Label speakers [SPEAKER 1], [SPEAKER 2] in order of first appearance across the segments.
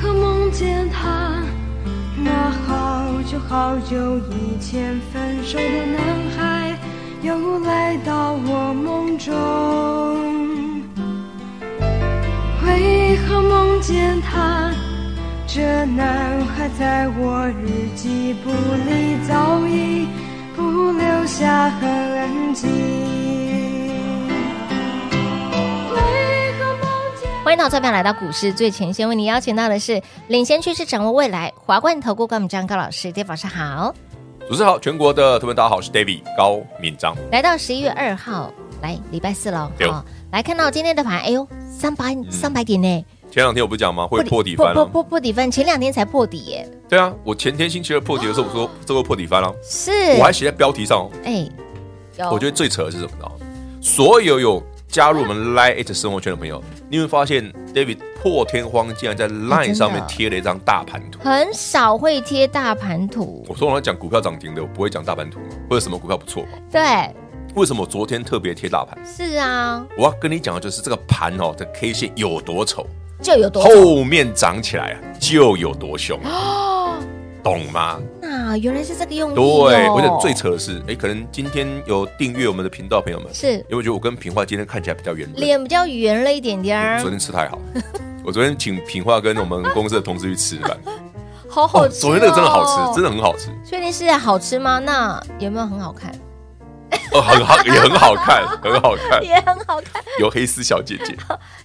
[SPEAKER 1] 何梦见他？那好久好久以前分手的男孩，又来到我梦中。为何梦见他？这男孩在我日记簿里早已不留下痕迹。为何梦见？
[SPEAKER 2] 欢迎到这边来到股市最前线，为你邀请到的是领先趋势、掌握未来华冠投顾高敏章高老师，大家晚上好。
[SPEAKER 3] 主持人好，全国的特别大家好，我是 David 高敏章，
[SPEAKER 2] 来到十一月二号，来礼拜四喽，
[SPEAKER 3] 对
[SPEAKER 2] 好，来看到今天的盘，哎呦，三百三百点呢，
[SPEAKER 3] 前两天我不是讲吗？会破底
[SPEAKER 2] 破
[SPEAKER 3] 翻
[SPEAKER 2] 破
[SPEAKER 3] 了。
[SPEAKER 2] 破破底翻，前两天才破底耶，
[SPEAKER 3] 对啊，我前天星期二破底的时候，我说这会破底翻了，
[SPEAKER 2] 是，
[SPEAKER 3] 我还写在标题上哦。
[SPEAKER 2] 哎，有，
[SPEAKER 3] 我觉得最扯的是什么呢？哦所有有加入我
[SPEAKER 2] 哦
[SPEAKER 3] 们 Line at 生活圈的朋友，你会发现 David 破天荒竟然在
[SPEAKER 2] 哎真
[SPEAKER 3] Line
[SPEAKER 2] 的
[SPEAKER 3] 上面贴了一张大盘图。
[SPEAKER 2] 很少会贴大盘图，
[SPEAKER 3] 我通常讲股票涨停的，我不会讲大盘图嘛，或者什么股票不错嘛。
[SPEAKER 2] 对，
[SPEAKER 3] 为什么我昨天特别贴大盘？
[SPEAKER 2] 是啊，
[SPEAKER 3] 我要跟你讲的就是这个盘哦，这 K 线有多丑，
[SPEAKER 2] 就有多 少？
[SPEAKER 3] 后面涨起来啊就有多凶，
[SPEAKER 2] 哦
[SPEAKER 3] 懂吗？
[SPEAKER 2] 那原来是这个用意、哦，
[SPEAKER 3] 对，我想最扯的是，哎，可能今天有订阅我们的频道的朋友们，
[SPEAKER 2] 是
[SPEAKER 3] 因为我觉得我跟品化今天看起来比较圆润，
[SPEAKER 2] 脸比较圆了一点点儿
[SPEAKER 3] 我昨，天吃 太好，我昨天请品化跟我们公司的同事去 吃饭，
[SPEAKER 2] 好好吃、哦
[SPEAKER 3] 昨天那个真的好吃，真的很好吃，
[SPEAKER 2] 确定是好吃吗？那有没有很好看？
[SPEAKER 3] 哦，很好，也很 好看，很好看，
[SPEAKER 2] 也很好看。
[SPEAKER 3] 有黑丝小姐姐，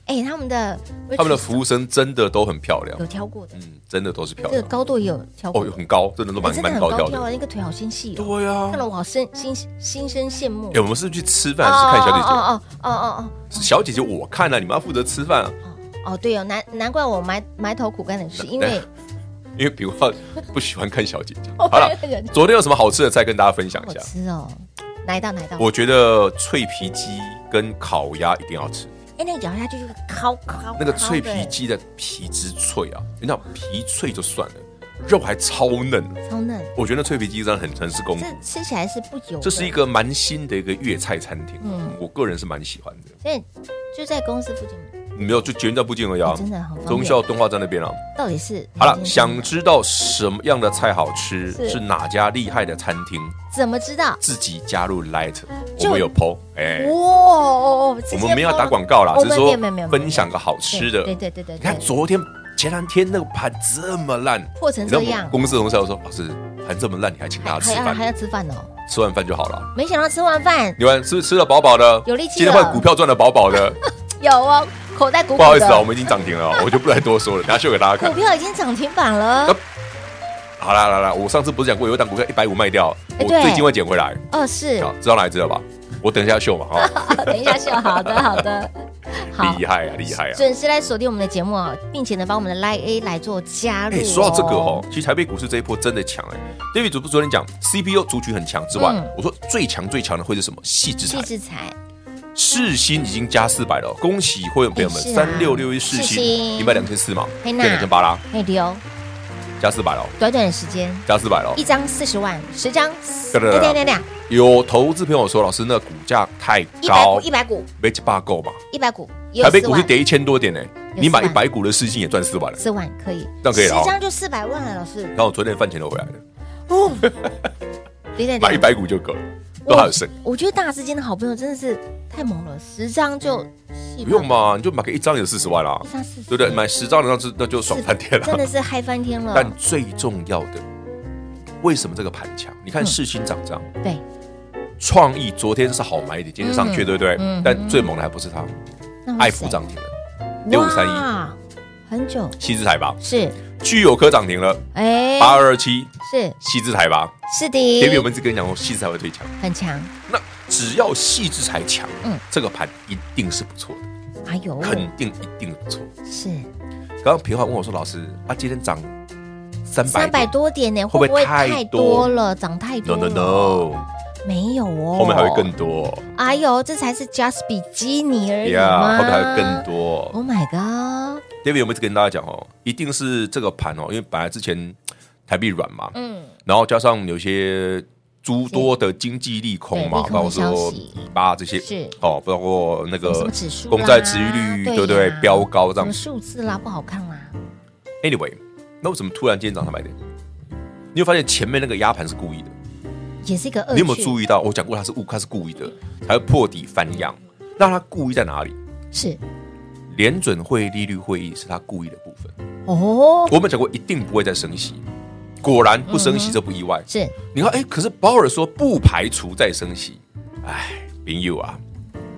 [SPEAKER 2] 哎、他们的
[SPEAKER 3] 他们的服务生真的都很漂亮
[SPEAKER 2] 有，挑过的，
[SPEAKER 3] 嗯，真的都是漂
[SPEAKER 2] 这个
[SPEAKER 3] 亮，
[SPEAKER 2] 高度也有挑过
[SPEAKER 3] 哦，
[SPEAKER 2] 的，
[SPEAKER 3] 很高，真的都
[SPEAKER 2] 哎
[SPEAKER 3] 蛮
[SPEAKER 2] 真的
[SPEAKER 3] 蛮
[SPEAKER 2] 很
[SPEAKER 3] 高
[SPEAKER 2] 高
[SPEAKER 3] 挑
[SPEAKER 2] 挑啊，
[SPEAKER 3] 的，
[SPEAKER 2] 那个腿好纤细哦，
[SPEAKER 3] 对呀
[SPEAKER 2] 看，了我好生心心生羡慕。
[SPEAKER 3] 哎，我们是不是去吃
[SPEAKER 2] 哦
[SPEAKER 3] 饭，是看小姐姐，
[SPEAKER 2] 哦哦哦哦
[SPEAKER 3] 小姐姐我看了，你们要负责吃饭啊，
[SPEAKER 2] 哦哦哦，对哦，难难怪我埋埋头苦干的事，因为
[SPEAKER 3] 因为品化不喜欢看小姐姐，
[SPEAKER 2] 我
[SPEAKER 3] 好了。
[SPEAKER 2] 人
[SPEAKER 3] 昨天有什么好吃的菜跟大家分享一
[SPEAKER 2] 好
[SPEAKER 3] 下？
[SPEAKER 2] 吃哦，哪一道哪一道？
[SPEAKER 3] 我觉得脆皮鸡跟烤鸭一定要吃，
[SPEAKER 2] 哎，那个咬下去就是烤烤
[SPEAKER 3] 那个脆皮，鸡的皮之脆啊，你知道皮脆就算了，肉还超嫩。
[SPEAKER 2] 烤的超嫩，
[SPEAKER 3] 我觉得脆皮鸡真的很很是功夫
[SPEAKER 2] 这，吃起来是不油的。
[SPEAKER 3] 嗯这是一个蛮新的一个粤菜餐厅，
[SPEAKER 2] 嗯
[SPEAKER 3] 我个人是蛮喜欢的。
[SPEAKER 2] 现在就在公司附近，
[SPEAKER 3] 没有，就捷运站附近而已啊
[SPEAKER 2] 哦，真哦的很方便
[SPEAKER 3] 忠孝敦化站那边啊。
[SPEAKER 2] 到底是
[SPEAKER 3] 好
[SPEAKER 2] 哪
[SPEAKER 3] 了，
[SPEAKER 2] 间
[SPEAKER 3] 想
[SPEAKER 2] 餐
[SPEAKER 3] 知道什么样的菜好吃，
[SPEAKER 2] 是
[SPEAKER 3] 是哪家厉害的餐厅，
[SPEAKER 2] 怎么知道？
[SPEAKER 3] 自己加入 Light，
[SPEAKER 2] 就
[SPEAKER 3] 我们有 PO，哎，
[SPEAKER 2] 哦哇，
[SPEAKER 3] 我们没有打广告啦，
[SPEAKER 2] 我
[SPEAKER 3] 只
[SPEAKER 2] 们
[SPEAKER 3] 是说
[SPEAKER 2] 哦没有没有没有
[SPEAKER 3] 分享个好吃的。
[SPEAKER 2] 对对对对对
[SPEAKER 3] 你看昨天前两天那个盘这么烂，
[SPEAKER 2] 破成
[SPEAKER 3] 你知道
[SPEAKER 2] 这样
[SPEAKER 3] 我公司的同事还说：“老师，盘这么烂，你还请大家
[SPEAKER 2] 还
[SPEAKER 3] 吃
[SPEAKER 2] 要还
[SPEAKER 3] 饭？
[SPEAKER 2] 要吃饭哦，
[SPEAKER 3] 吃完饭就好了。
[SPEAKER 2] 没想到吃完饭”
[SPEAKER 3] 你看是不是吃的饱饱的？
[SPEAKER 2] 有力气了
[SPEAKER 3] 今天换股票赚的饱 饱的。
[SPEAKER 2] 有哦，口袋鼓鼓的。
[SPEAKER 3] 不好意思啊，我们已经涨停了哦，我就不来多说了，等下秀给大家
[SPEAKER 2] 股
[SPEAKER 3] 看。
[SPEAKER 2] 票已经涨停板了
[SPEAKER 3] 那，好啦，来来，我上次不是讲过有一档股票一百五卖掉，
[SPEAKER 2] 哎
[SPEAKER 3] 我
[SPEAKER 2] 对
[SPEAKER 3] 最近会捡回来，
[SPEAKER 2] 哦是，
[SPEAKER 3] 好，知道哪里知道吧？我等一下秀嘛，哈，
[SPEAKER 2] 等一下秀，好的好的， 好
[SPEAKER 3] 厉。害啊，厉害啊！
[SPEAKER 2] 准时来锁定我们的节目哦，并且呢，帮我们的 Line A 来做加入、
[SPEAKER 3] 哎、
[SPEAKER 2] 哦。
[SPEAKER 3] 说到这个哦，，其实台北股市这一波真的强哎、David 主播昨天讲 CPU 族群很强之外，
[SPEAKER 2] 嗯
[SPEAKER 3] 我说最强最强的会是什么？细制材
[SPEAKER 2] 细，制裁
[SPEAKER 3] 世新已经加四百了，哦恭喜会员朋友们，
[SPEAKER 2] 哎是啊
[SPEAKER 3] 三六六一世
[SPEAKER 2] 世
[SPEAKER 3] 新
[SPEAKER 2] 新
[SPEAKER 3] 一卖两千四嘛，
[SPEAKER 2] 嘿
[SPEAKER 3] 变
[SPEAKER 2] 呐
[SPEAKER 3] 两千八啦，
[SPEAKER 2] 内丢，
[SPEAKER 3] 加四百了，哦
[SPEAKER 2] 短短的时间，
[SPEAKER 3] 加四百了哦
[SPEAKER 2] 一。张四十万，十张，哎
[SPEAKER 3] 对对对
[SPEAKER 2] 对对，
[SPEAKER 3] 有投资朋友说，老师那股价太
[SPEAKER 2] 一百
[SPEAKER 3] 高
[SPEAKER 2] 股，一，百股，
[SPEAKER 3] 没几把够嘛？
[SPEAKER 2] 一百股，也有
[SPEAKER 3] 台北
[SPEAKER 2] 四
[SPEAKER 3] 股市
[SPEAKER 2] 万，
[SPEAKER 3] 跌一千多点呢、
[SPEAKER 2] 有
[SPEAKER 3] 你买
[SPEAKER 2] 四
[SPEAKER 3] 一
[SPEAKER 2] 万
[SPEAKER 3] 百股的世新也赚四万了。
[SPEAKER 2] 四万可以，
[SPEAKER 3] 这样可以了哦
[SPEAKER 2] 十张就四百万了，老师
[SPEAKER 3] 你。看我昨天饭钱都回来了，
[SPEAKER 2] 哦， 对对
[SPEAKER 3] 买一
[SPEAKER 2] 对，
[SPEAKER 3] 百股就够了，都还有剩。
[SPEAKER 2] 我觉得大资金的好朋友真的是太猛了，十张就细
[SPEAKER 3] 嗯不用嘛，你就买个一张也四十万啦
[SPEAKER 2] 棒，一，张四十，
[SPEAKER 3] 对不对？买十张的那就那就爽翻天了。
[SPEAKER 2] 真的是嗨翻天了。
[SPEAKER 3] 但最重要的，为什么这个盘强？你
[SPEAKER 2] 嗯
[SPEAKER 3] 看世新涨这样，
[SPEAKER 2] 对，
[SPEAKER 3] 创意昨天是好买一点，今天上去，
[SPEAKER 2] 嗯
[SPEAKER 3] 对不对
[SPEAKER 2] 嗯？
[SPEAKER 3] 但最猛的还不是它，
[SPEAKER 2] 那会
[SPEAKER 3] 爱
[SPEAKER 2] 谁
[SPEAKER 3] 普涨停了，六五三一，
[SPEAKER 2] 哇很久
[SPEAKER 3] 西之台吧，
[SPEAKER 2] 是，
[SPEAKER 3] 聚友科涨停了，
[SPEAKER 2] 哎，
[SPEAKER 3] 八二二七，
[SPEAKER 2] 是
[SPEAKER 3] 西之台吧。
[SPEAKER 2] 是
[SPEAKER 3] 前面我
[SPEAKER 2] 的，
[SPEAKER 3] 们只跟你讲过，西之台会最强。
[SPEAKER 2] 很强。
[SPEAKER 3] 那只要细之才强，
[SPEAKER 2] 嗯
[SPEAKER 3] 这个盘一定是不错的，
[SPEAKER 2] 哎呦，
[SPEAKER 3] 肯定一定不错。
[SPEAKER 2] 是
[SPEAKER 3] 刚刚平华问我说：“老师啊，今天涨三百
[SPEAKER 2] 三百多点呢，会
[SPEAKER 3] 会
[SPEAKER 2] 不
[SPEAKER 3] 不
[SPEAKER 2] 会
[SPEAKER 3] 会
[SPEAKER 2] 太
[SPEAKER 3] 太
[SPEAKER 2] 多
[SPEAKER 3] 多
[SPEAKER 2] 了？涨太多
[SPEAKER 3] No
[SPEAKER 2] 了
[SPEAKER 3] no no，
[SPEAKER 2] 没有哦，
[SPEAKER 3] 后面还会更。多
[SPEAKER 2] 哎呦，这才是 just 比基尼而已
[SPEAKER 3] 呀，
[SPEAKER 2] 嘛，
[SPEAKER 3] 后面还会更。多。
[SPEAKER 2] Oh my god！
[SPEAKER 3] David 有没有跟大家讲哦？一定是这个盘哦，因为本来之前台币软嘛，
[SPEAKER 2] 嗯，
[SPEAKER 3] 然后加上有些诸多的经济利空
[SPEAKER 2] 对对
[SPEAKER 3] 嘛，
[SPEAKER 2] 利空
[SPEAKER 3] 包
[SPEAKER 2] 的
[SPEAKER 3] 括
[SPEAKER 2] 消
[SPEAKER 3] 说
[SPEAKER 2] 息
[SPEAKER 3] 八这些
[SPEAKER 2] 是
[SPEAKER 3] 哦，包括那
[SPEAKER 2] 什
[SPEAKER 3] 个
[SPEAKER 2] 么指数啦
[SPEAKER 3] 公债持有率对不对
[SPEAKER 2] 呀嗯
[SPEAKER 3] 飙高这
[SPEAKER 2] 什
[SPEAKER 3] 样
[SPEAKER 2] 么。数字啦，不好看啊啦。
[SPEAKER 3] Anyway，那为什么突然间涨三百点？你会发现前面那个压盘是故意的，
[SPEAKER 2] 也是一个恶
[SPEAKER 3] 你有没有
[SPEAKER 2] 趣
[SPEAKER 3] 注意到？我讲过它是误，它是故意的，才会破底翻阳。那它故意在哪里？
[SPEAKER 2] 是
[SPEAKER 3] 联准会利率会议是它故意的部分。
[SPEAKER 2] 哦，
[SPEAKER 3] 我们讲过，一定不会再升息。果然不升息，这不意外。
[SPEAKER 2] 是
[SPEAKER 3] 你看，哎，可是鲍尔说不排除再升息。哎，朋友啊，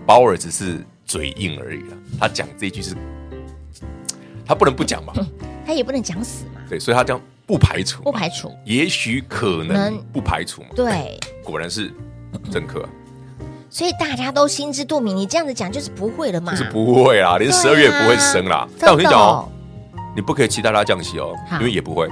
[SPEAKER 3] 鲍尔只是嘴硬而已了。他讲这句是，他不能不讲嘛。
[SPEAKER 2] 他也不能讲死嘛，
[SPEAKER 3] 对，所以他讲不排除，
[SPEAKER 2] 不排除。
[SPEAKER 3] 也许可能
[SPEAKER 2] 能
[SPEAKER 3] 不排除嘛。
[SPEAKER 2] 对，
[SPEAKER 3] 果然是政客啊，
[SPEAKER 2] 所以大家都心知肚明，你这样子讲就是不会了嘛，
[SPEAKER 3] 就是不会
[SPEAKER 2] 啊
[SPEAKER 3] 啦，连十二月也不会升啦。但我跟你讲哦，
[SPEAKER 2] 真的，
[SPEAKER 3] 你不可以期待它降息哦
[SPEAKER 2] 好，
[SPEAKER 3] 因为 也不会，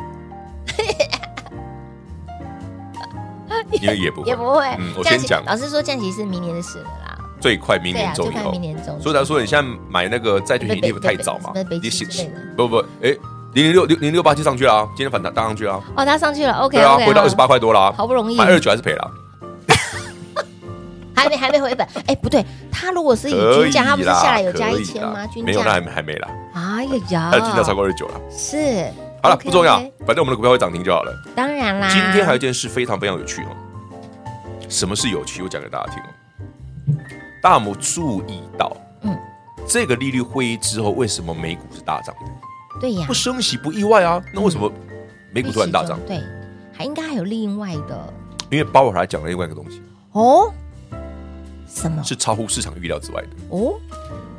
[SPEAKER 3] 因为也不会，
[SPEAKER 2] 也不会。
[SPEAKER 3] 嗯，我
[SPEAKER 2] 降
[SPEAKER 3] 先
[SPEAKER 2] 息
[SPEAKER 3] 讲，
[SPEAKER 2] 老师说降息是明年的事了啦，
[SPEAKER 3] 最快明
[SPEAKER 2] 对
[SPEAKER 3] 年
[SPEAKER 2] 啊，
[SPEAKER 3] 中
[SPEAKER 2] 就
[SPEAKER 3] 以
[SPEAKER 2] 快
[SPEAKER 3] 后
[SPEAKER 2] 明。年中。
[SPEAKER 3] 所以来说，你现在买那个债券型 ETF 太早嘛
[SPEAKER 2] 那北？
[SPEAKER 3] 你
[SPEAKER 2] 极之类的
[SPEAKER 3] 不不，哎，零零六零零六八七上去啦，今天反弹搭上去啦，
[SPEAKER 2] 哦，他上去了，OK
[SPEAKER 3] 对啊，
[SPEAKER 2] OK，
[SPEAKER 3] 回到二十八块多啦，
[SPEAKER 2] 好不容易
[SPEAKER 3] 买二九还是赔了，
[SPEAKER 2] 还没还没 回本。哎，不对，他如果是以均价，他不是下来有加一千吗？均
[SPEAKER 3] 没有，那还
[SPEAKER 2] 价，
[SPEAKER 3] 没还没啦，
[SPEAKER 2] 哎呀呀，
[SPEAKER 3] 它的均价超过二九了。
[SPEAKER 2] 是
[SPEAKER 3] 好了，
[SPEAKER 2] OK，
[SPEAKER 3] 不重要
[SPEAKER 2] OK，
[SPEAKER 3] 反正我们的股票会涨停就好了。
[SPEAKER 2] 当然啦。
[SPEAKER 3] 今天还有一件事非常非常有趣哦。什么是有趣？我讲给大家听哦。大摩注意到，
[SPEAKER 2] 嗯
[SPEAKER 3] 嗯，这个利率会议之后，为什么美股是大涨的？
[SPEAKER 2] 嗯对呀
[SPEAKER 3] 不，升息不意外啊，那为什么
[SPEAKER 2] 嗯
[SPEAKER 3] 美股突然大涨
[SPEAKER 2] 预期？中，对，还应该还有另外的
[SPEAKER 3] 因为鲍尔还讲了另外一个东西，
[SPEAKER 2] 哦，什么？
[SPEAKER 3] 是超乎市场预料之外的。
[SPEAKER 2] 哦，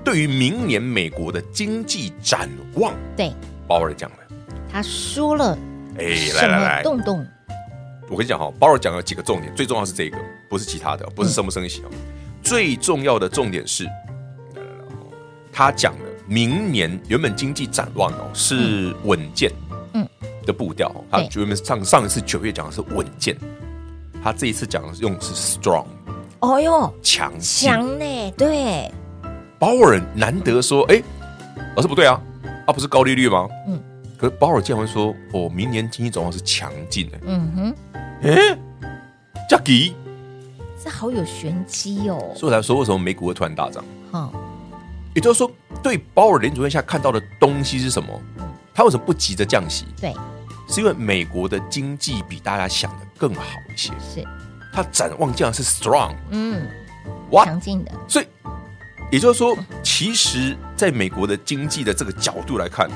[SPEAKER 3] 对于明年美国的经济展望，
[SPEAKER 2] 对，
[SPEAKER 3] 鲍尔讲了，
[SPEAKER 2] 他说了
[SPEAKER 3] 哎，
[SPEAKER 2] 什
[SPEAKER 3] 来来
[SPEAKER 2] 么
[SPEAKER 3] 来，
[SPEAKER 2] 洞洞？
[SPEAKER 3] 我跟你讲哈、哦，鲍尔讲了几个重点，最重要是这个，不是其他的，不是升不升息哦。最重要的重点是，来来来哦他讲的明年原本经济展望哦是稳健，
[SPEAKER 2] 嗯
[SPEAKER 3] 的步调、哦，他
[SPEAKER 2] 对
[SPEAKER 3] 原本上上一次九月讲的是稳健，他这一次讲的是用的是 strong
[SPEAKER 2] 哦哟，
[SPEAKER 3] 强劲。
[SPEAKER 2] 强呢？对，
[SPEAKER 3] 鲍尔难得说，哎，老师不对啊，啊不是高利率吗？
[SPEAKER 2] 嗯
[SPEAKER 3] 嗯，可是鲍尔竟然会说，哦，明年经济展望是强劲的、
[SPEAKER 2] 嗯哼，
[SPEAKER 3] 加急，
[SPEAKER 2] 这好有玄机哦。
[SPEAKER 3] 所以我才说为什么美股会突然大涨。
[SPEAKER 2] 好，
[SPEAKER 3] 也就是说，对鲍尔联储会下看到的东西是什么？他为什么不急着降息？
[SPEAKER 2] 对，
[SPEAKER 3] 是因为美国的经济比大家想的更好一些，
[SPEAKER 2] 是，
[SPEAKER 3] 他展望竟然是 strong
[SPEAKER 2] 嗯，
[SPEAKER 3] 哇！
[SPEAKER 2] 强劲的，
[SPEAKER 3] 所以也就是说，其实在美国的经济的这个角度来看，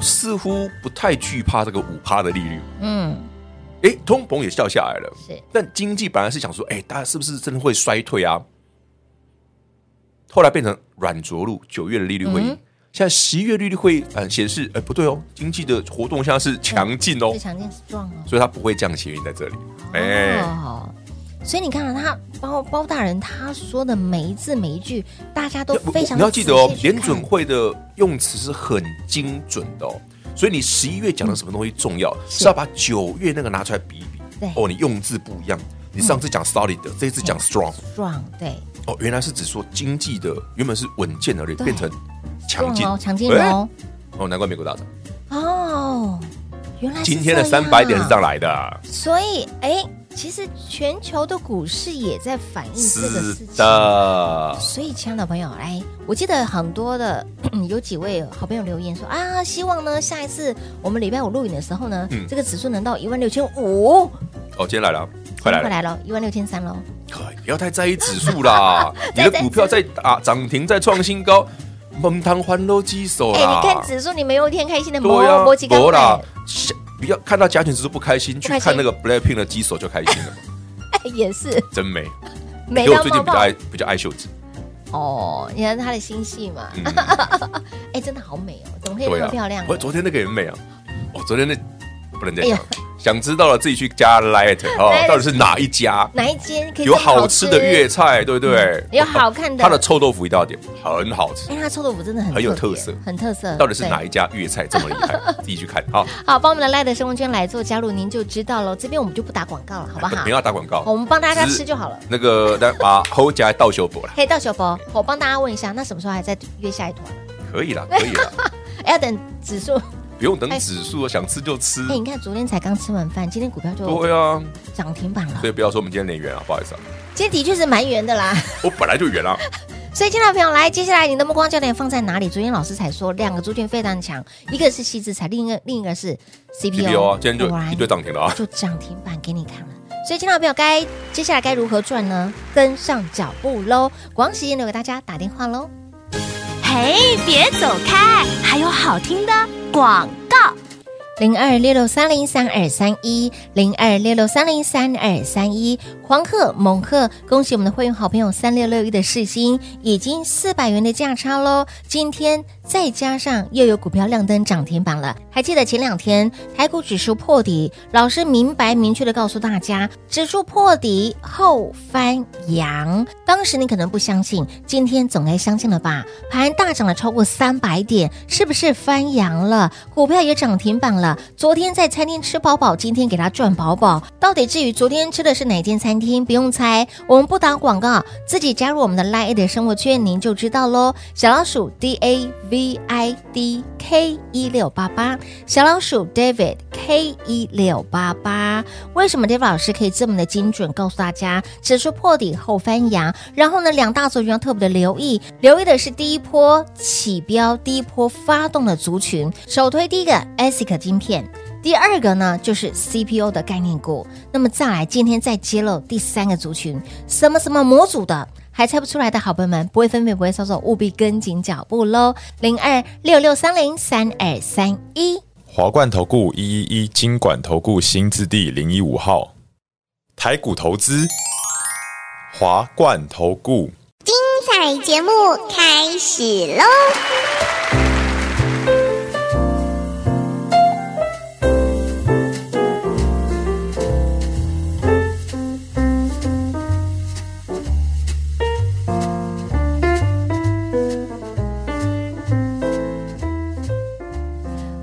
[SPEAKER 3] 似乎不太惧怕这个五趴的利率。
[SPEAKER 2] 嗯，
[SPEAKER 3] 诶，通膨也掉下来了，
[SPEAKER 2] 是
[SPEAKER 3] 但经济本来是想说，诶，大家是不是真的会衰退啊？后来变成软着陆，九月的利率会议，
[SPEAKER 2] 嗯
[SPEAKER 3] 现在十一月利率会议，呃，显示，哎，不对哦，经济的活动现在是强劲哦
[SPEAKER 2] 最，强劲 strong 哦。
[SPEAKER 3] 所以它不会降息，原因在这里。哎、
[SPEAKER 2] 哦，所以你看啊，他包包大人他说的每一字每一句，大家都
[SPEAKER 3] 我
[SPEAKER 2] 非常
[SPEAKER 3] 你要记得哦
[SPEAKER 2] 仔，细去
[SPEAKER 3] 联
[SPEAKER 2] 看
[SPEAKER 3] 准会的用词是很精准的哦，所以你十一月讲的什么东西重要，
[SPEAKER 2] 是
[SPEAKER 3] 是要把九月那个拿出来比一比。
[SPEAKER 2] 嗯对嗯
[SPEAKER 3] 哦，你用字不一样，你上次讲 solid，、这一次讲 strong，
[SPEAKER 2] strong 对
[SPEAKER 3] 哦，原来是指说经济的原本是稳健而已，
[SPEAKER 2] 对
[SPEAKER 3] 变成强
[SPEAKER 2] strong
[SPEAKER 3] 劲
[SPEAKER 2] 哦，强劲哦，
[SPEAKER 3] 哎哦，难怪美股大涨。
[SPEAKER 2] 哦，原来是
[SPEAKER 3] 今天的
[SPEAKER 2] 这样
[SPEAKER 3] 三百点是这样来的啊，
[SPEAKER 2] 所以哎，其实全球的股市也在反映这个事
[SPEAKER 3] 是
[SPEAKER 2] 情。
[SPEAKER 3] 的，
[SPEAKER 2] 所以，亲爱的朋友，哎，我记得很多的 有几位好朋友留言说啊，希望呢下一次我们礼拜五录影的时候呢，
[SPEAKER 3] 嗯
[SPEAKER 2] 这个指数能到一万六千五，
[SPEAKER 3] 哦，今天来了啊，快来
[SPEAKER 2] 快
[SPEAKER 3] 了，
[SPEAKER 2] 来了，一万六千三喽。
[SPEAKER 3] 哎不要太在意指数 啦，你
[SPEAKER 2] 在
[SPEAKER 3] 的股票在打涨停，在创新高，蒙堂欢都鸡手
[SPEAKER 2] 哎、
[SPEAKER 3] 啦
[SPEAKER 2] 你，哎看指数，你没有一天开心的，
[SPEAKER 3] 对呀
[SPEAKER 2] 没几，天
[SPEAKER 3] 没啦，下不要看到加权指数不开心，去
[SPEAKER 2] 开心
[SPEAKER 3] 看那个 Blackpink 的鸡手就开 心了嘛，
[SPEAKER 2] 哎也是
[SPEAKER 3] 真美。
[SPEAKER 2] 美
[SPEAKER 3] 因为
[SPEAKER 2] 到
[SPEAKER 3] 我最近
[SPEAKER 2] 冒
[SPEAKER 3] 比较
[SPEAKER 2] 泡
[SPEAKER 3] 爱比较爱秀子，
[SPEAKER 2] 哦。你看他的新戏嘛，
[SPEAKER 3] 嗯，
[SPEAKER 2] 哎、真的好美哦，怎么可以那
[SPEAKER 3] 对
[SPEAKER 2] 么
[SPEAKER 3] 啊
[SPEAKER 2] 漂亮，
[SPEAKER 3] 我？昨天那个也很美啊，哦，昨天那不能再
[SPEAKER 2] 哎
[SPEAKER 3] 讲
[SPEAKER 2] 呀
[SPEAKER 3] 了。想知道了自己去加 Light 哦，到底是哪一家？
[SPEAKER 2] 哪一间可以
[SPEAKER 3] 有
[SPEAKER 2] 这么嗯
[SPEAKER 3] 好吃的粤菜，对不对？
[SPEAKER 2] 有好看的
[SPEAKER 3] 它的臭豆腐一定要点，很好吃。
[SPEAKER 2] 哎，他臭豆腐真的很
[SPEAKER 3] 很有
[SPEAKER 2] 特别
[SPEAKER 3] 特色
[SPEAKER 2] 很特色。
[SPEAKER 3] 到底是
[SPEAKER 2] 对
[SPEAKER 3] 哪一家粤菜这么厉害？自己去看啊！
[SPEAKER 2] 嗯 好，帮我们的赖的生活圈来做加入，您就知道了。这边我们就不打广告了，好不 好
[SPEAKER 3] 不？要打广告，
[SPEAKER 2] 我们帮大家
[SPEAKER 3] 只是
[SPEAKER 2] 吃就好了。
[SPEAKER 3] 那个，那把侯家倒修补了，
[SPEAKER 2] 嘿，到小博，我帮大家问一下，那什么时候还在约下一团？
[SPEAKER 3] 可以啦，可以啦，
[SPEAKER 2] 哎要等指数。
[SPEAKER 3] 不用等
[SPEAKER 2] 哎
[SPEAKER 3] 指数，啊想吃就吃
[SPEAKER 2] 哎、。你看昨天才刚吃完饭，今天股票就
[SPEAKER 3] 对啊，
[SPEAKER 2] 涨停板了
[SPEAKER 3] 所。以不要说我们今天连圆啊，不好意思啊，
[SPEAKER 2] 今天的确是蛮圆的啦。
[SPEAKER 3] 我本来就圆啊。
[SPEAKER 2] 所以，亲爱的朋友，来，接下来你的目光焦点放在哪里？昨天老师才说两个族群非常强，一个是细制材，另一个另一个是 CPU。
[SPEAKER 3] CPU 啊，今天就
[SPEAKER 2] 哎果然
[SPEAKER 3] 一堆涨停了啊。
[SPEAKER 2] 就涨停板给你看了。所以，亲爱的朋友，该接下来该如何赚呢？跟上脚步喽！广喜留给大家打电话喽。
[SPEAKER 4] 嘿，别走开，还有好听的广告。
[SPEAKER 2] 零二六六三零三二三一，零二六六三零三二三一，狂贺猛贺！恭喜我们的会员好朋友三六六一的世星，已经四百元的价差喽。今天再加上又有股票亮灯涨停板了。还记得前两天台股指数破底，老师明白明确的告诉大家，指数破底后翻阳。当时你可能不相信，今天总该相信了吧？盘大涨了超过三百点，是不是翻阳了？股票也涨停板了。昨天在餐厅吃饱饱，今天给它赚饱饱。到底至于昨天吃的是哪间餐厅，不用猜，我们不打广告，自己加入我们的 Line 的生活圈，您就知道喽。小老鼠 D A V I D K 一六八八，小老鼠 David K 一六八八。为什么 David 老师可以这么的精准告诉大家，指数破底后翻阳？然后呢，两大族群要特别的留意，留意的是第一波起标、第一波发动的族群，首推第一个 ASIC 晶片。第二个呢，就是 CPU 的概念股。那么再来，今天再揭露第三个族群，什么什么模组的，还猜不出来的好朋友们，不会分辨，不会操作，务必跟紧脚步喽！零二六六三零三二三一。
[SPEAKER 5] 华冠投顾一一一金管投顾新字第零一五号，台股投资，华冠投顾。
[SPEAKER 6] 彩节目开始喽！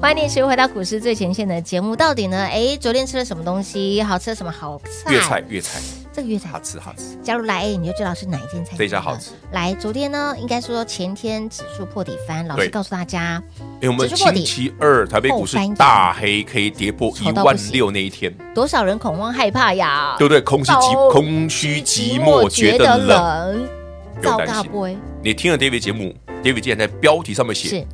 [SPEAKER 2] 欢迎你持续回到股市最前线的节目。到底呢？哎，昨天吃了什么东西？好吃了什么好菜？
[SPEAKER 3] 粤菜，，粤菜，
[SPEAKER 2] 这个粤菜，
[SPEAKER 3] 好吃好吃。
[SPEAKER 2] 加入来哎，你就知道是哪一间菜。
[SPEAKER 3] 这一家好吃。
[SPEAKER 2] 来，昨天呢，应该说前天指数破底翻，老师
[SPEAKER 3] 对
[SPEAKER 2] 告诉大家，
[SPEAKER 3] 哎，我们
[SPEAKER 2] 指数破底
[SPEAKER 3] 星期二台北股市
[SPEAKER 2] 后翻阳
[SPEAKER 3] 大黑 K 跌破一
[SPEAKER 2] 丑到不
[SPEAKER 3] 万
[SPEAKER 2] 行
[SPEAKER 3] 六那一天，
[SPEAKER 2] 多少人恐慌害怕呀？
[SPEAKER 3] 对不对？空虚
[SPEAKER 2] 到
[SPEAKER 3] 寂空虚寂寞觉得冷，
[SPEAKER 2] 冷，
[SPEAKER 3] 不用
[SPEAKER 2] 糟
[SPEAKER 3] 担
[SPEAKER 2] 糕
[SPEAKER 3] 心
[SPEAKER 2] 不会？
[SPEAKER 3] 你听了 David 节目，David 竟然在标题上面写
[SPEAKER 2] 是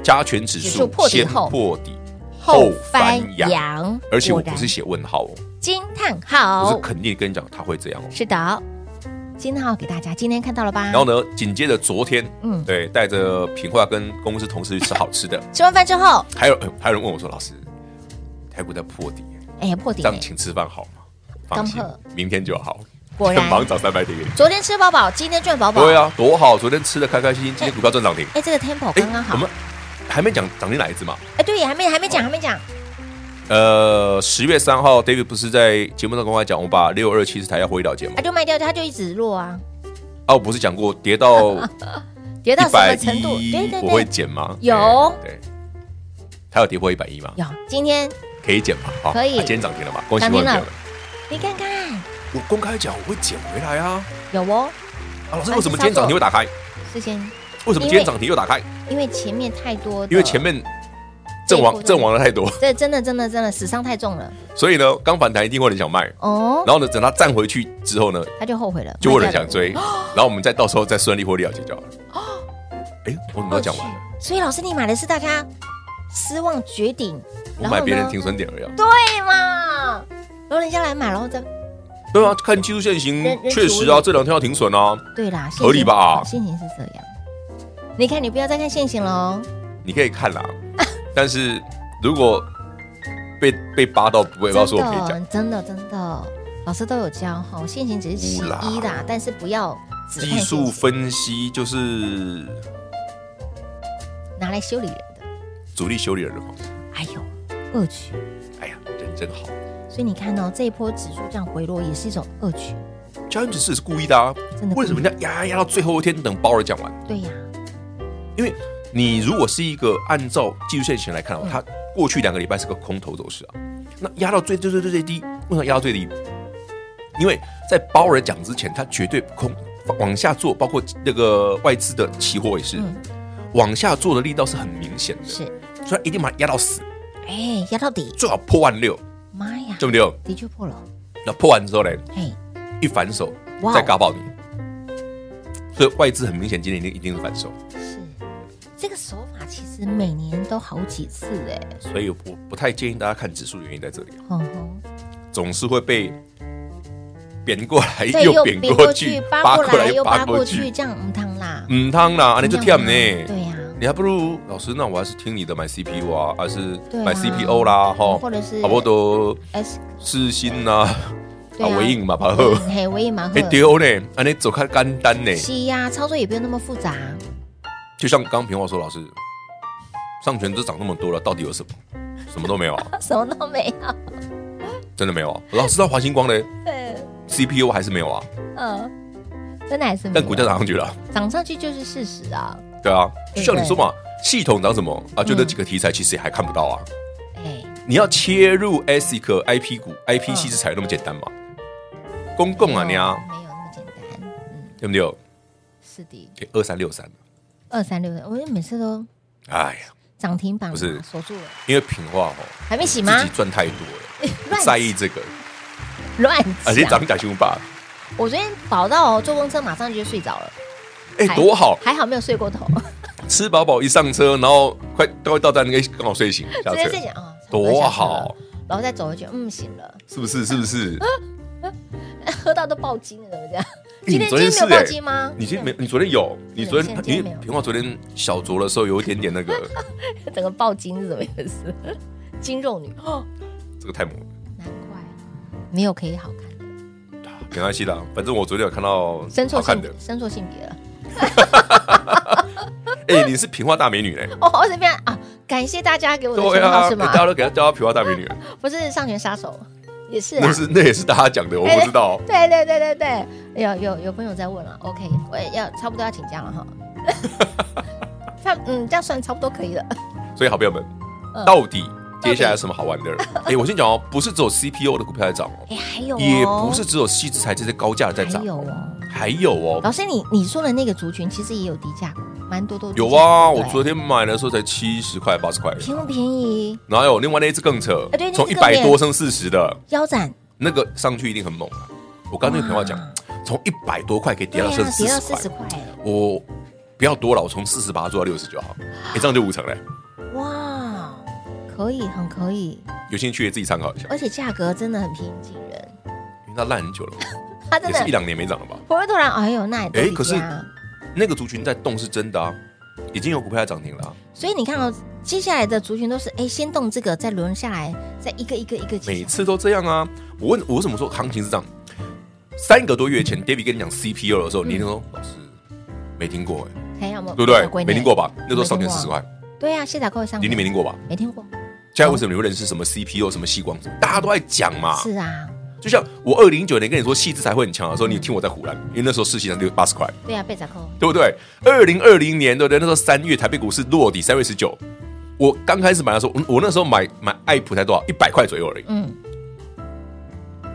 [SPEAKER 3] 加权指
[SPEAKER 2] 指数
[SPEAKER 3] 数
[SPEAKER 2] 破底
[SPEAKER 3] 先
[SPEAKER 2] 后
[SPEAKER 3] 破底
[SPEAKER 2] 后
[SPEAKER 3] 后
[SPEAKER 2] 翻
[SPEAKER 3] 翻阳，
[SPEAKER 2] 阳，
[SPEAKER 3] 而且我
[SPEAKER 2] 果然
[SPEAKER 3] 不是写问号哦，
[SPEAKER 2] 惊叹
[SPEAKER 3] 我
[SPEAKER 2] 号
[SPEAKER 3] 是，肯定跟你讲他会这样哦。
[SPEAKER 2] 是的，惊叹号给大家，今天看到了吧？
[SPEAKER 3] 然后呢，紧接着昨天，
[SPEAKER 2] 嗯
[SPEAKER 3] 嗯，对，带着品化跟公司同事去吃好吃的，
[SPEAKER 2] 吃完饭之后，
[SPEAKER 3] 还有呃还有人问我说，老师，台股在破底，
[SPEAKER 2] 哎，破底
[SPEAKER 3] 这
[SPEAKER 2] 了
[SPEAKER 3] 样。请吃饭好吗？放心
[SPEAKER 2] 刚好，
[SPEAKER 3] 明天就好。
[SPEAKER 2] 果然
[SPEAKER 3] 忙找三百点给你。
[SPEAKER 2] 昨天吃饱饱，今天赚饱饱。
[SPEAKER 3] 对啊，多好！昨天吃的开开心心，今天股票正涨停。
[SPEAKER 2] 哎，这个 tempo
[SPEAKER 3] 哎
[SPEAKER 2] 刚刚好
[SPEAKER 3] 我。们还没讲涨停哪一只嘛？
[SPEAKER 2] 哎，对，还没还没讲，还没讲。
[SPEAKER 3] 呃，十月三号，David 不是在节目上跟我讲，我把六二七十台要获利了结吗
[SPEAKER 2] 啊，？就卖掉，它就一直落啊，
[SPEAKER 3] 啊，我不是讲过跌到
[SPEAKER 2] 跌到什
[SPEAKER 3] 一百
[SPEAKER 2] 么程度？对
[SPEAKER 3] 一
[SPEAKER 2] 对
[SPEAKER 3] 我会
[SPEAKER 2] 对，
[SPEAKER 3] 减吗？哎
[SPEAKER 2] 有
[SPEAKER 3] 对，对它有跌破一百一吗？
[SPEAKER 2] 有今天
[SPEAKER 3] 可以减吧？好
[SPEAKER 2] 可以
[SPEAKER 3] 它今天涨停了嘛？恭喜
[SPEAKER 2] 涨
[SPEAKER 3] 各
[SPEAKER 2] 停
[SPEAKER 3] 位朋
[SPEAKER 2] 了
[SPEAKER 3] 友们！
[SPEAKER 2] 你看看
[SPEAKER 3] 我公开讲，我会减回来啊！
[SPEAKER 2] 有哦，
[SPEAKER 3] 啊，老
[SPEAKER 2] 安
[SPEAKER 3] 师，
[SPEAKER 2] 心
[SPEAKER 3] 为什么今天
[SPEAKER 2] 操作
[SPEAKER 3] 涨停会打开？
[SPEAKER 2] 事先
[SPEAKER 3] 为什么今
[SPEAKER 2] 因
[SPEAKER 3] 天
[SPEAKER 2] 为
[SPEAKER 3] 涨停又打开？
[SPEAKER 2] 因为前面太多的，
[SPEAKER 3] 因为前面
[SPEAKER 2] 这
[SPEAKER 3] 阵
[SPEAKER 2] 一波
[SPEAKER 3] 亡
[SPEAKER 2] 的
[SPEAKER 3] 阵亡的太多，
[SPEAKER 2] 这真的真的真的死伤太重了
[SPEAKER 3] 所以呢，刚反弹一定会有人想卖。
[SPEAKER 2] 哦，
[SPEAKER 3] 然后呢，等它站回去之后呢，
[SPEAKER 2] 他就后悔了，
[SPEAKER 3] 就会有人
[SPEAKER 2] 卖掉
[SPEAKER 3] 想
[SPEAKER 2] 了。
[SPEAKER 3] 追，然后我们再到时候再顺利获利了结就好了。
[SPEAKER 2] 哦
[SPEAKER 3] 哎，我怎么都讲完了？
[SPEAKER 2] 所以老师，你买的是大家失望绝顶，
[SPEAKER 3] 我
[SPEAKER 2] 然
[SPEAKER 3] 买
[SPEAKER 2] 后
[SPEAKER 3] 别人
[SPEAKER 2] 呢
[SPEAKER 3] 停损点而已啊。
[SPEAKER 2] 对嘛，然后人家来买，然后再
[SPEAKER 3] 对啊，看技术线型
[SPEAKER 2] 人人，
[SPEAKER 3] 确实
[SPEAKER 2] 主
[SPEAKER 3] 啊，
[SPEAKER 2] 力
[SPEAKER 3] 这两天要停损啊。
[SPEAKER 2] 对啦，
[SPEAKER 3] 合理吧
[SPEAKER 2] 现行是这样。你看，你不要再看现行哦喽。
[SPEAKER 3] 你可以看 啦，但是如果被被扒到，不会告诉我可以讲。
[SPEAKER 2] 真的真的真的，老师都有教哈，现行只是其
[SPEAKER 3] 不啦
[SPEAKER 2] 一啦，但是不要只看
[SPEAKER 3] 技
[SPEAKER 2] 现
[SPEAKER 3] 术
[SPEAKER 2] 行
[SPEAKER 3] 分析就是
[SPEAKER 2] 拿来修理人的。
[SPEAKER 3] 主力修理人的方式。
[SPEAKER 2] 哎呦，恶趣
[SPEAKER 3] 哎呀，人真好。
[SPEAKER 2] 所以你看哦，这一波指数这样回落也是一种恶举。
[SPEAKER 3] 交易指数也是故意的啊，
[SPEAKER 2] 真的故意
[SPEAKER 3] 为什么人家压压到最后一天等鲍尔讲完？
[SPEAKER 2] 对呀、
[SPEAKER 3] 因为你如果是一个按照技术线型来看哦，
[SPEAKER 2] 嗯
[SPEAKER 3] 它过去两个礼拜是个空头走势啊，那压到最最最最最低，为什么压到最低？因为在鲍尔讲之前，他绝对空往下做，包括那个外资的期货也是、
[SPEAKER 2] 嗯
[SPEAKER 3] 往下做的力道是很明显的，
[SPEAKER 2] 是，
[SPEAKER 3] 所以它一定把它压到死，
[SPEAKER 2] 哎，压到底，
[SPEAKER 3] 最好破万六，
[SPEAKER 2] 妈呀，
[SPEAKER 3] 对不对？
[SPEAKER 2] 的确破了，哎
[SPEAKER 3] 那破完之后呢，
[SPEAKER 2] 嘿，
[SPEAKER 3] 一反手
[SPEAKER 2] 哇哦
[SPEAKER 3] 再嘎爆你，所以外资很明显今年一定一定是反手。
[SPEAKER 2] 是这个手法，其实每年都好几次哎，
[SPEAKER 3] 所以我不不太建议大家看指数，原因在这里，
[SPEAKER 2] 哼
[SPEAKER 3] 啊
[SPEAKER 2] 哼，
[SPEAKER 3] 总是会被贬过来
[SPEAKER 2] 再
[SPEAKER 3] 又贬过去，
[SPEAKER 2] 扒过来又扒过去，。这样唔烫啦，
[SPEAKER 3] 嗯，汤啦，你就跳
[SPEAKER 2] 这样啊
[SPEAKER 3] 呢。
[SPEAKER 2] 对呀、
[SPEAKER 3] 你还不如老师，那我还是听你的买 CPU 啊，还是
[SPEAKER 2] 对啊
[SPEAKER 3] 买 CPO 啦，哈，
[SPEAKER 2] 或者是
[SPEAKER 3] 哦好不多
[SPEAKER 2] S
[SPEAKER 3] 四星呐，
[SPEAKER 2] 对啊
[SPEAKER 3] 啊尾影嘛，把后
[SPEAKER 2] 嗯嘿，我也蛮
[SPEAKER 3] 哎丢呢，啊你走开干单呢，
[SPEAKER 2] 是呀、操作也不用那么复杂，
[SPEAKER 3] 就像刚平话说，老师上权都涨那么多了，到底有什么？什么都没有啊，
[SPEAKER 2] 什么都没有。
[SPEAKER 3] 真的没有啊。老师，那华星光呢
[SPEAKER 2] 对，
[SPEAKER 3] ？CPU 还是没有啊，
[SPEAKER 2] 嗯，真的还是没有
[SPEAKER 3] 但股价涨上去了啊。
[SPEAKER 2] 涨上去就是事实啊。
[SPEAKER 3] 对啊，就
[SPEAKER 2] 对
[SPEAKER 3] 像你说嘛，系统涨什么啊？就那几个题材，其实也还看不到啊。
[SPEAKER 2] 哎，
[SPEAKER 3] 你要切入 ASIC、IP 股、IP
[SPEAKER 2] 嗯
[SPEAKER 3] 系制裁那么简单吗？公共啊，
[SPEAKER 2] 没
[SPEAKER 3] 你
[SPEAKER 2] 有
[SPEAKER 3] 啊，
[SPEAKER 2] 没有那么简单。嗯，
[SPEAKER 3] 对不对？
[SPEAKER 2] 是的，
[SPEAKER 3] 给二三六三，
[SPEAKER 2] 二三六的，我每次都
[SPEAKER 3] 哎呀，
[SPEAKER 2] 涨停板嘛
[SPEAKER 3] 不是
[SPEAKER 2] 锁住了，
[SPEAKER 3] 因为平话哦，
[SPEAKER 2] 还没洗吗？
[SPEAKER 3] 自己赚太多了，
[SPEAKER 2] 乱啊
[SPEAKER 3] 在意这个，啊
[SPEAKER 2] 乱
[SPEAKER 3] 而且
[SPEAKER 2] 讲。
[SPEAKER 3] 涨假胸吧，
[SPEAKER 2] 我昨天跑到哦，坐公车马上就睡着了，
[SPEAKER 3] 哎，
[SPEAKER 2] 还
[SPEAKER 3] 多好，
[SPEAKER 2] 还好没有睡过头，
[SPEAKER 3] 吃饱饱一上车，然后快都会到站，那个刚好睡醒下
[SPEAKER 2] 直接睡
[SPEAKER 3] 车，
[SPEAKER 2] 觉啊，哦
[SPEAKER 3] 多好，，
[SPEAKER 2] 然后再走回去，嗯，醒了，
[SPEAKER 3] 是不是？是不
[SPEAKER 2] 嗯
[SPEAKER 3] 是？
[SPEAKER 2] 喝到都爆筋了，怎么这样？
[SPEAKER 3] 哎你
[SPEAKER 2] 今天
[SPEAKER 3] 昨
[SPEAKER 2] 今
[SPEAKER 3] 天
[SPEAKER 2] 天没有
[SPEAKER 3] 是欸
[SPEAKER 2] 爆筋吗？
[SPEAKER 3] 你今天没？你昨天有？你昨
[SPEAKER 2] 对
[SPEAKER 3] 天
[SPEAKER 2] 现在今
[SPEAKER 3] 因
[SPEAKER 2] 天没
[SPEAKER 3] 为
[SPEAKER 2] 有
[SPEAKER 3] 平话昨天小酌的时候有一点点 那个，
[SPEAKER 2] 整个爆筋是怎么回事？ 筋肉 女，哦，
[SPEAKER 3] 这个太猛了。
[SPEAKER 2] 难怪没有可以好看的，
[SPEAKER 3] 没关系啦，反正我昨天有看到
[SPEAKER 2] 生错
[SPEAKER 3] 好看
[SPEAKER 2] 性
[SPEAKER 3] 的
[SPEAKER 2] 别，。生错性别了。
[SPEAKER 3] 哎、你是平花大美女嘞、
[SPEAKER 2] 哦，这边啊，感谢大家给我的
[SPEAKER 3] 对
[SPEAKER 2] 称号
[SPEAKER 3] 啊，
[SPEAKER 2] 是吗
[SPEAKER 3] 大？家都给她叫她平花 大美女，
[SPEAKER 2] 不是上拳杀手，也是啊哎
[SPEAKER 3] 那是那也是大家讲的，我不知道。哦
[SPEAKER 2] 对对对对对，有有有朋友在问了，OK，我也要差不多要请假了哈。 差嗯，这样算差不多可以了。
[SPEAKER 3] 所以好朋友们，
[SPEAKER 2] 嗯
[SPEAKER 3] 到底接下来有什么好玩的？哎、我先讲哦，不是只有 CPU 的股票在涨哦，
[SPEAKER 2] 哎，还有、哦，
[SPEAKER 3] 也不是只有细制材这些高价的在涨
[SPEAKER 2] 还，有哦。
[SPEAKER 3] 还有哦，
[SPEAKER 2] 老师，你你说的那个族群其实也有低价股，蛮多都低价股
[SPEAKER 3] 有啊，我
[SPEAKER 2] 对
[SPEAKER 3] 昨天买的时候才七十块八十块，
[SPEAKER 2] 便不便宜？
[SPEAKER 3] 哪有？另外那一只更扯
[SPEAKER 2] 哎对那，只
[SPEAKER 3] 从一
[SPEAKER 2] 更
[SPEAKER 3] 百
[SPEAKER 2] 便宜
[SPEAKER 3] 多升四十的
[SPEAKER 2] 腰斩，
[SPEAKER 3] 那个上去一定很猛啊！我刚刚那个平话讲
[SPEAKER 2] 哇，
[SPEAKER 3] 从一百多块可以跌
[SPEAKER 2] 嗯对
[SPEAKER 3] 到
[SPEAKER 2] 啊
[SPEAKER 3] 剩，四
[SPEAKER 2] 跌到
[SPEAKER 3] 十
[SPEAKER 2] 四
[SPEAKER 3] 块
[SPEAKER 2] 十。块，
[SPEAKER 3] 我不要多了，我从四十八做到六十 就好，哎、这样就五成嘞。
[SPEAKER 2] 哇，可以，很可以，
[SPEAKER 3] 有兴趣的自己参考一下，
[SPEAKER 2] 而且价格真的很平易近人。
[SPEAKER 3] 因为它烂很久了，
[SPEAKER 2] 它 真
[SPEAKER 3] 也
[SPEAKER 2] 的
[SPEAKER 3] 是一两年没涨了吧？
[SPEAKER 2] 不会突然，哎呦，那也
[SPEAKER 3] 哎
[SPEAKER 2] 得
[SPEAKER 3] 可是
[SPEAKER 2] 比价
[SPEAKER 3] 那个族群在动是真的啊，已经有股票在涨停了、啊，
[SPEAKER 2] 所以你看哦，接下来的族群都是哎，先动这个，再轮下来，再一个一个一个接下来
[SPEAKER 3] 每次都这样啊。我问我为什么说行情是这样？三个多月前，David 跟你讲 CPU 的时候，你一定说
[SPEAKER 2] 嗯
[SPEAKER 3] 老师没听过哎、
[SPEAKER 2] 哎，我们
[SPEAKER 3] 对不
[SPEAKER 2] 小龟
[SPEAKER 3] 对？
[SPEAKER 2] 呢
[SPEAKER 3] 没听过？吧？那时候上
[SPEAKER 2] 没听
[SPEAKER 3] 千
[SPEAKER 2] 过啊
[SPEAKER 3] 四十块，
[SPEAKER 2] 对啊，卸载购上
[SPEAKER 3] 你
[SPEAKER 2] 面
[SPEAKER 3] 你没听过吧？
[SPEAKER 2] 没听过？
[SPEAKER 3] 现在为什么你会认识什么 CPU 什么细光子？大家都在讲嘛。
[SPEAKER 2] 是啊，
[SPEAKER 3] 就像我二零一九年跟你说细致才会很强的时候，你听我在胡乱，因为那时候市信才六八十块。
[SPEAKER 2] 对啊，被载购
[SPEAKER 3] 对不对？二零二零年，对不对？那时候三月台北股市落底，三月十九，我刚开始买的时候，我嗯我那时候买买爱普才多少？一百块左右而已。
[SPEAKER 2] 嗯，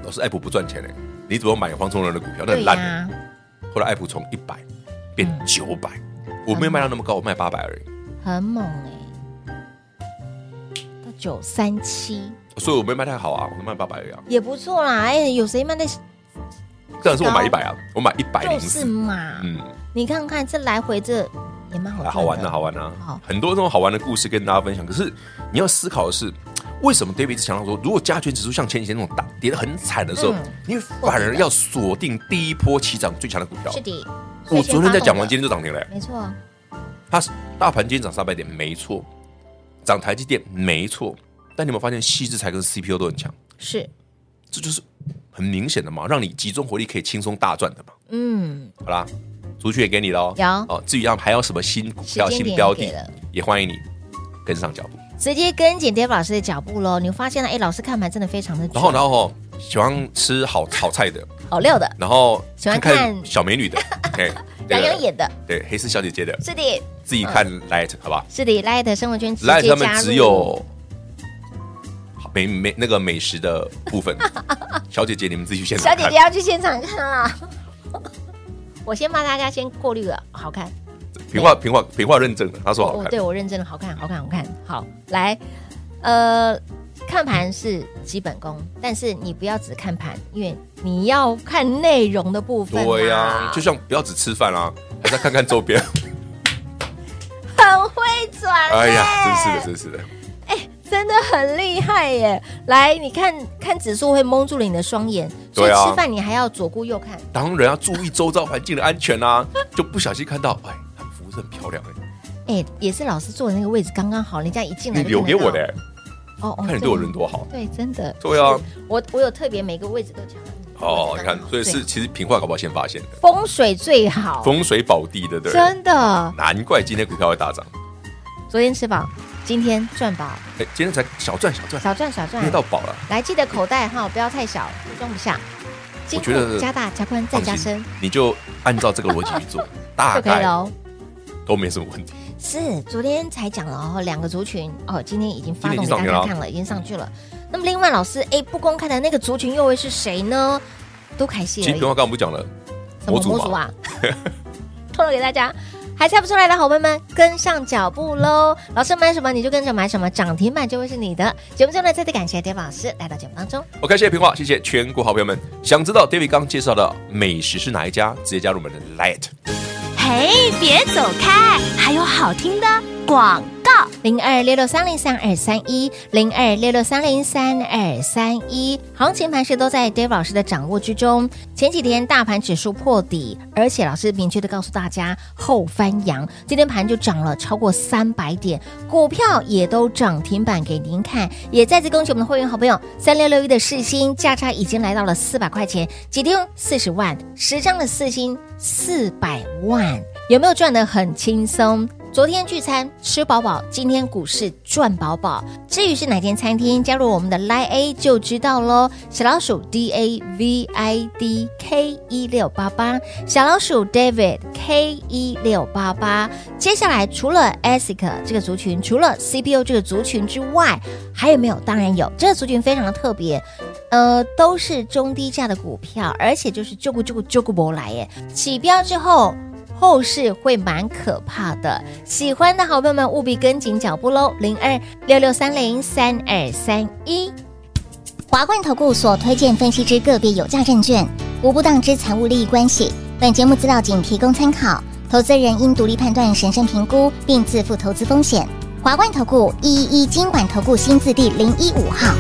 [SPEAKER 3] 老师，爱普不赚钱嘞、欸你怎么买黄崇仁的股票？那
[SPEAKER 2] 对
[SPEAKER 3] 很烂、欸。
[SPEAKER 2] 呀，嗯
[SPEAKER 3] 后来爱普从一百变九百、我没有卖到那么高，我卖八百而已，
[SPEAKER 2] 很猛哎，到九三七
[SPEAKER 3] 所以我没卖太好啊，我卖八百而已啊。
[SPEAKER 2] 也不错啦。哎，有谁卖的？
[SPEAKER 3] 但是我买一百啊，我买一百
[SPEAKER 2] 就
[SPEAKER 3] 零
[SPEAKER 2] 是
[SPEAKER 3] 四，
[SPEAKER 2] 嘛，
[SPEAKER 3] 嗯，
[SPEAKER 2] 你看看这来回这也蛮好
[SPEAKER 3] 啊
[SPEAKER 2] 赚
[SPEAKER 3] 好玩
[SPEAKER 2] 的，
[SPEAKER 3] 啊，好玩
[SPEAKER 2] 好
[SPEAKER 3] 啊，很多这种好玩的故事跟大家分享。可是你要思考的是，为什么 David 一直强调说，如果加权指数像前几天那种大跌得很惨的时候
[SPEAKER 2] 嗯，
[SPEAKER 3] 你反而要锁定第一波起涨最强的股票
[SPEAKER 2] 是？的，
[SPEAKER 3] 我昨天在讲完，
[SPEAKER 2] 完
[SPEAKER 3] 今天就涨停了欸。
[SPEAKER 2] 没错，
[SPEAKER 3] 它是大盘今天涨三百点，没错，涨台积电没错，但你有没有发现细制材跟 CPU 都很强？
[SPEAKER 2] 是，
[SPEAKER 3] 这就是很明显的嘛，让你集中火力可以轻松大赚的嘛。
[SPEAKER 2] 嗯，
[SPEAKER 3] 好啦，族群也给你了哦，
[SPEAKER 2] 有
[SPEAKER 3] 哦。至于让还有什么新股票、
[SPEAKER 2] 时间
[SPEAKER 3] 新
[SPEAKER 2] 点
[SPEAKER 3] 标
[SPEAKER 2] 也给
[SPEAKER 3] 的
[SPEAKER 2] 了，啊
[SPEAKER 3] 也欢迎你跟上脚步。
[SPEAKER 2] 直接跟紧 Dave 老师的脚步喽。你会发现呢，哎，老师看盘真的非常的准，
[SPEAKER 3] 然后然后哦喜欢吃好好菜的，
[SPEAKER 2] 好料的，
[SPEAKER 3] 然后
[SPEAKER 2] 喜欢看
[SPEAKER 3] 小美女 的，哎，对
[SPEAKER 2] 杨
[SPEAKER 3] 的
[SPEAKER 2] 洋演的，
[SPEAKER 3] 对黑丝小姐姐的，
[SPEAKER 2] 是的，
[SPEAKER 3] 自己看 Light 好吧
[SPEAKER 2] 是的，Light 生活圈直接
[SPEAKER 3] ，Light
[SPEAKER 2] 加
[SPEAKER 3] 他
[SPEAKER 2] 入，
[SPEAKER 3] 们只有美美那个美食的 部分，小姐姐你们自己去现
[SPEAKER 2] 小
[SPEAKER 3] 场
[SPEAKER 2] 姐
[SPEAKER 3] 看
[SPEAKER 2] 姐，要去现场看啊。 我先帮大家先过滤了，好看。
[SPEAKER 3] 平话平话平话认证的，她说好
[SPEAKER 2] 哎哦，
[SPEAKER 3] 看
[SPEAKER 2] 对，我认真了，好看，好看，好看。好，来，呃，看盘是基本功，但是你不要只看盘，因为你要看内容的部分、
[SPEAKER 3] 对呀，就像不要只吃饭啦，还是要看看周 边，
[SPEAKER 2] 很会转、欸
[SPEAKER 3] 哎呀，真是的，真是的，
[SPEAKER 2] 真的很厉害耶！来，你看看指数会蒙住了你的双眼，所以
[SPEAKER 3] 对啊
[SPEAKER 2] 吃饭你还要左顾右看。
[SPEAKER 3] 当然要注意周遭环境的安全啦， 就不小心看到，哎，他们服务是很漂亮哎，
[SPEAKER 2] 哎、也是老师坐的那个位置刚刚好，人家一进来就
[SPEAKER 3] 你留
[SPEAKER 2] 看
[SPEAKER 3] 给
[SPEAKER 2] 得到
[SPEAKER 3] 我的，哎
[SPEAKER 2] 哦哦，
[SPEAKER 3] 看你对我人多好。
[SPEAKER 2] 对，真的。
[SPEAKER 3] 对啊
[SPEAKER 2] 是，我我有特别每个位置都讲。位
[SPEAKER 3] 哦，你
[SPEAKER 2] 置刚
[SPEAKER 3] 看
[SPEAKER 2] 好，
[SPEAKER 3] 所以是
[SPEAKER 2] 最
[SPEAKER 3] 其实平话搞不好先发现的，
[SPEAKER 2] 好风水最好，
[SPEAKER 3] 风水宝地的，对不对？
[SPEAKER 2] 真的。
[SPEAKER 3] 难怪今天股票会大涨，
[SPEAKER 2] 昨天吃饱，今天赚饱，
[SPEAKER 3] 哎，今天才小赚小赚，
[SPEAKER 2] 小赚小赚
[SPEAKER 3] 跌。到宝了，
[SPEAKER 2] 来，记得口袋哈，不要太小，装不下。金
[SPEAKER 3] 觉得
[SPEAKER 2] 库加大加宽再
[SPEAKER 3] 放
[SPEAKER 2] 加
[SPEAKER 3] 心
[SPEAKER 2] 深，
[SPEAKER 3] 你就按照这个逻辑去 做，大
[SPEAKER 2] 就可以
[SPEAKER 3] 概
[SPEAKER 2] 了哦。
[SPEAKER 3] 都没什么问题。
[SPEAKER 2] 是，昨天才讲了哦，两个族群哦，今天已经发
[SPEAKER 3] 今
[SPEAKER 2] 动
[SPEAKER 3] 天已
[SPEAKER 2] 给大
[SPEAKER 3] 经上去了
[SPEAKER 2] 家看了，已经上去了。那么另外老师，哎，不公开的那个族群又会是谁呢？都凯西
[SPEAKER 3] 其
[SPEAKER 2] 而
[SPEAKER 3] 实
[SPEAKER 2] 已
[SPEAKER 3] 平，话刚刚不讲了，模组嘛
[SPEAKER 2] 模组啊？ 透露给大家，还猜不出来的好朋友们，跟上脚步喽！老师买什么你就跟着买什么，涨停板就会是你的。节目最后呢，再次感谢 David 老师来到节目当中。
[SPEAKER 3] OK，谢谢平话，谢谢全国好朋友们。想知道 David 刚介绍的美食是哪一家？直接加入我们的 Light。
[SPEAKER 4] 嘿，别走开，还有好听的广告。
[SPEAKER 2] 零二六六三零三二三一，零二六六三零三二三一，行情盘势都在 Dave 老师的掌握之中。前几天大盘指数破底，而且老师明确的告诉大家后翻阳，今天盘就涨了超过三百点，股票也都涨停板给您看，也再次恭喜我们的会员好朋友三六六一的世星价差已经来到了四百块钱，几天四十万，十张的四星四百万，有没有赚得很轻松？昨天聚餐吃饱饱，今天股市赚饱饱。至于是哪间餐厅，加入我们的 Line A 就知道喽。小老鼠 D A V I D K 一六八八，小老鼠 David K 一六八八。接下来除了 ASIC 这个族群，除了 CPU 这个族群之外，还有没有？当然有，这个族群非常的特别，呃，都是中低价的股票，而且就是救股救股救股博来耶，起标之后。后市会蛮可怕的，喜欢的好朋友们务必跟紧脚步喽！零二六六三零三二三一。
[SPEAKER 6] 华冠投顾所推荐分析之个别有价证券，无不当之财务利益关系。本节目资料仅提供参考，投资人应独立判断、审慎评估，并自负投资风险。华冠投顾一一一金管投顾新字第零一五号。